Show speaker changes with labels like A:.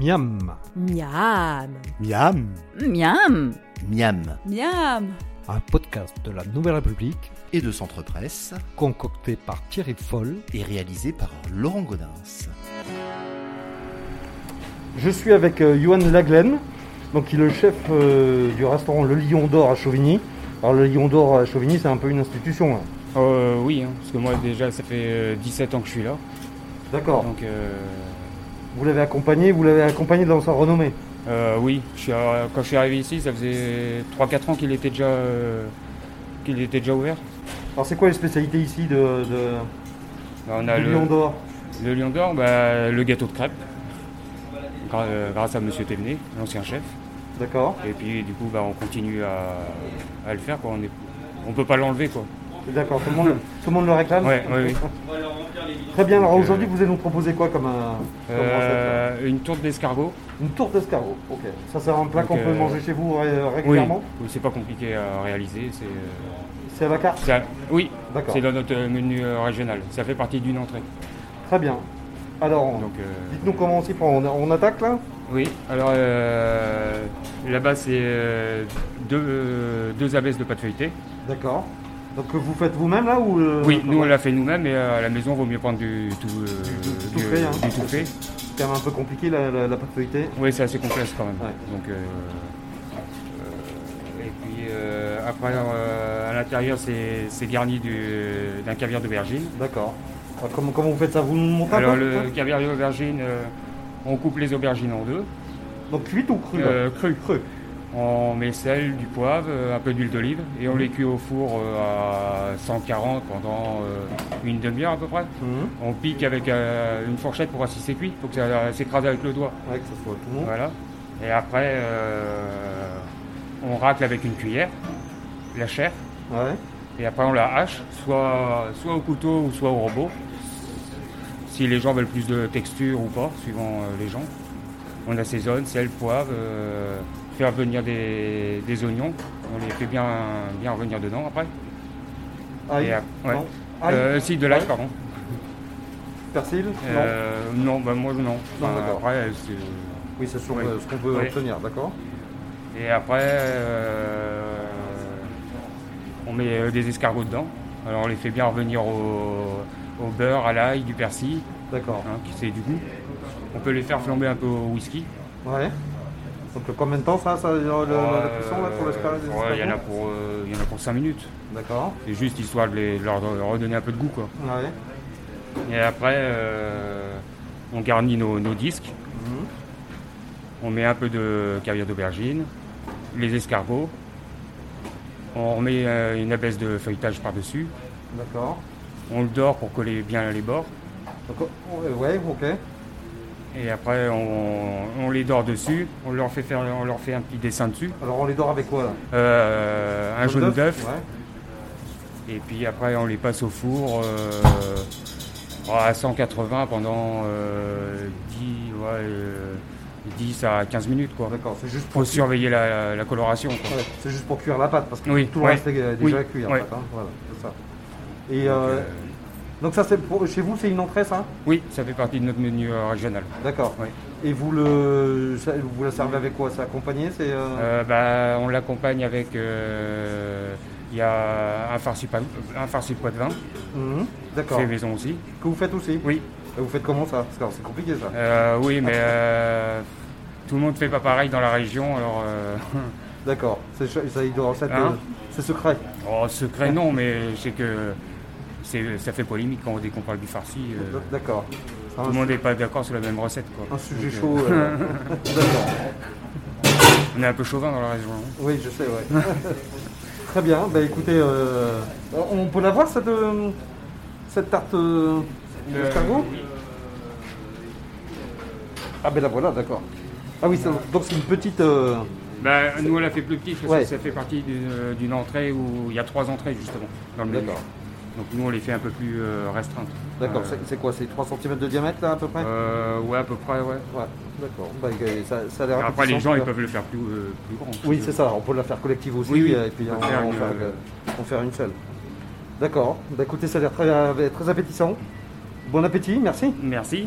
A: Miam.
B: Miam.
C: Miam.
D: Miam.
E: Miam
D: Miam.
A: Un podcast de la Nouvelle République
E: et de Centre Presse
A: concocté par Thierry Foll.
E: est réalisé par Laurent Godin.
A: Je suis avec euh, Johan Laglen, donc qui est le chef euh, du restaurant Le Lion d'Or à Chauvigny. Alors le Lion d'Or à Chauvigny, c'est un peu une institution. hein.
F: Euh, oui, hein, parce que moi déjà ça fait euh, 17 ans que je suis là.
A: D'accord.
F: Donc euh,
A: Vous l'avez accompagné, vous l'avez accompagné dans sa renommée.
F: euh, oui, je suis, euh, quand je suis arrivé ici, ça faisait 3-4 ans qu'il était déjà euh, qu'il était déjà ouvert.
A: Alors c'est quoi les spécialités ici de, de-
F: Bah, on a
A: du
F: le,
A: Lion d'Or
F: le Lion d'Or, bah, le gâteau de crêpes, gra- euh, grâce à Monsieur Thévenet, l'ancien chef.
A: D'accord.
F: Et puis du coup bah, on continue à, à le faire quoi. On est, on peut pas l'enlever quoi.
A: D'accord, tout le monde, tout le, monde le réclame
F: Ouais, ouais,
A: Très bien, alors
F: Donc, euh,
A: aujourd'hui vous allez nous proposer quoi comme, euh, comme recette
F: Euh, une tourte d'escargot.
A: Une tourte d'escargot, ok. Ça c'est un plat
F: Donc,
A: qu'on peut
F: euh,
A: manger chez vous euh,
F: Oui,
A: régulièrement
F: oui, c'est pas compliqué à réaliser. C'est, euh,
A: C'est à la carte
F: ça- oui,
A: D'accord.
F: c'est dans notre euh, menu euh, régional. Ça fait partie d'une entrée.
A: Très bien. Alors,
F: Donc, euh,
A: dites-nous comment on s'y prend. On, on attaque là
F: Oui, alors euh, là-bas, c'est euh, deux, euh, deux abaisses de pâte feuilletée.
A: D'accord. Donc vous faites vous-même là ou euh,
F: oui, nous on
A: c'est
F: l'a fait nous-mêmes, mais euh, à la maison, vaut mieux prendre du tout, euh,
A: Du- du tout fait, hein.
F: du tout fait.
A: quand même un peu compliqué la, la, la pâte feuilletée.
F: Oui, c'est assez complexe quand même.
A: Ouais.
F: Donc, euh, euh, et puis euh, après, euh, à l'intérieur, c'est c'est garni du- d'un caviar d'aubergine.
A: D'accord. Alors, comment, comment vous faites ça Vous nous montrez un
F: Alors,
A: peu,
F: le caviar d'aubergine, euh, on coupe les aubergines en deux,
A: peut-être Donc cuite ou cru là
F: euh, crues.
A: Cru.
F: On met sel, du poivre, euh, un peu d'huile d'olive et on les cuit au four euh, à 140 pendant euh, une demi-heure à peu près.
A: Mhm.
F: On pique avec euh, une fourchette pour voir si c'est cuit, pour que ça euh, s'écrase avec le doigt.
A: Ouais, que ça soit tout bon.
F: Voilà. Et après, euh, on racle avec une cuillère la chair
A: Ouais.
F: et après on la hache, soit, soit au couteau ou soit au robot. Si les gens veulent plus de texture ou pas, suivant euh, les gens. On assaisonne, sel, poivre, euh, faire venir des, des oignons. On les fait bien, bien revenir dedans après.
A: Aïe.
F: Et, euh, ouais.
A: Non. Aïe.
F: Euh, si, de l'ail,
A: Ah Ouais.
F: pardon.
A: Persil Non.
F: Euh, non, bah, moi non. Enfin,
A: d'accord.
F: après, c'est-
A: Oui, c'est sur
F: oui.
A: euh, ce qu'on peut
F: Oui.
A: obtenir, d'accord
F: Et après, euh, on met euh, des escargots dedans. Alors on les fait bien revenir au, au beurre, à l'ail, du persil,
A: D'accord.
F: hein, qui c'est du goût. On peut les faire flamber un peu au whisky.
A: Ouais. Donc combien de temps ça, ça le, le- la cuisson là pour le
F: Euh,
A: des
F: ouais, Il y en a
A: escargots
F: pour, euh, il y en a pour 5 minutes.
A: D'accord.
F: C'est juste histoire de, les- de leur de leur redonner un peu de goût. Quoi.
A: Ouais.
F: Et après, euh, on garnit nos, nos disques.
A: Mhm.
F: On met un peu de caviar d'aubergine, les escargots. On remet euh, une abaisse de feuilletage par-dessus.
A: D'accord.
F: On le dort pour coller bien les bords.
A: Donc, on- ouais, ok.
F: Et après, on, on les dort dessus. On leur fait, faire, on leur fait un petit dessin dessus.
A: Alors on les dort avec quoi là
F: Euh, un jaune d'œuf.
A: Ouais.
F: Et puis après, on les passe au four euh, à 180 pendant euh, 10, ouais, euh, 10 à 15 minutes. Quoi.
A: D'accord, c'est juste,
F: Faut surveiller la, la coloration. quoi.
A: ouais, c'est juste pour cuire la pâte parce que
F: Oui,
A: tout le
F: ouais.
A: reste est déjà
F: Oui,
A: cuit en
F: ouais.
A: fait. hein. Voilà, c'est ça. Et euh, donc ça c'est pour chez vous c'est une entrée ça
F: Oui, ça fait partie de notre menu euh, régional.
A: D'accord.
F: Ouais.
A: Et vous le ça- vous la servez avec quoi C'est accompagné c'est euh,
F: Euh, bah, on l'accompagne avec. euh, Il y a un farci, pa- un farci poids de vin,
A: mhm, D'accord.
F: fait maison aussi.
A: Que vous faites aussi
F: Euh, Oui,
A: Et vous faites comment ça Parce que alors, c'est compliqué ça.
F: euh, oui, mais euh, tout le monde fait pas pareil dans la région, alors euh,
A: D'accord. C'est ch- ça il doit recette,
F: Hein
A: euh, c'est secret.
F: oh, secret non, mais je sais que c'est- ça fait polémique quand dès qu'on parle du farci. euh,
A: D- D'accord. C'est
F: tout
A: un,
F: le monde n'est pas d'accord sur la même recette. Quoi.
A: un sujet
F: Donc, euh,
A: chaud. euh, D'accord.
F: on est un peu chauvin dans la région. hein.
A: Oui, je sais, ouais. Très bien, bah écoutez, euh, on peut la voir cette, euh, cette tarte euh, d'escargot
F: euh,
A: Ah ben la voilà, d'accord. Ah oui, c'est- donc c'est une petite... euh,
F: Bah, nous, on l'a fait plus petite parce
A: Ouais.
F: que ça fait partie d'une euh, d'une entrée où il y a trois entrées justement dans le menu.
A: D'accord.
F: Donc nous, on les fait un peu plus euh, restreintes.
A: D'accord,
F: Euh,
A: c'est- c'est quoi C'est 3 cm de diamètre là à peu près
F: euh, ouais, à peu près, ouais.
A: Ouais, d'accord. Bah, euh, ça, ça a l'air
F: Après, les
A: appétissant,
F: gens, ils
A: quoi.
F: peuvent le faire plus, euh, plus grand. si
A: Oui,
F: tu
A: c'est
F: veux.
A: ça, on peut la faire collective aussi
F: Oui, oui,
A: et puis
F: on
A: en
F: peut faire
A: en
F: une,
A: faire,
F: euh,
A: en faire une seule. D'accord, bah écoutez, ça a euh, l'air très, très appétissant. Bon appétit, merci.
F: Merci.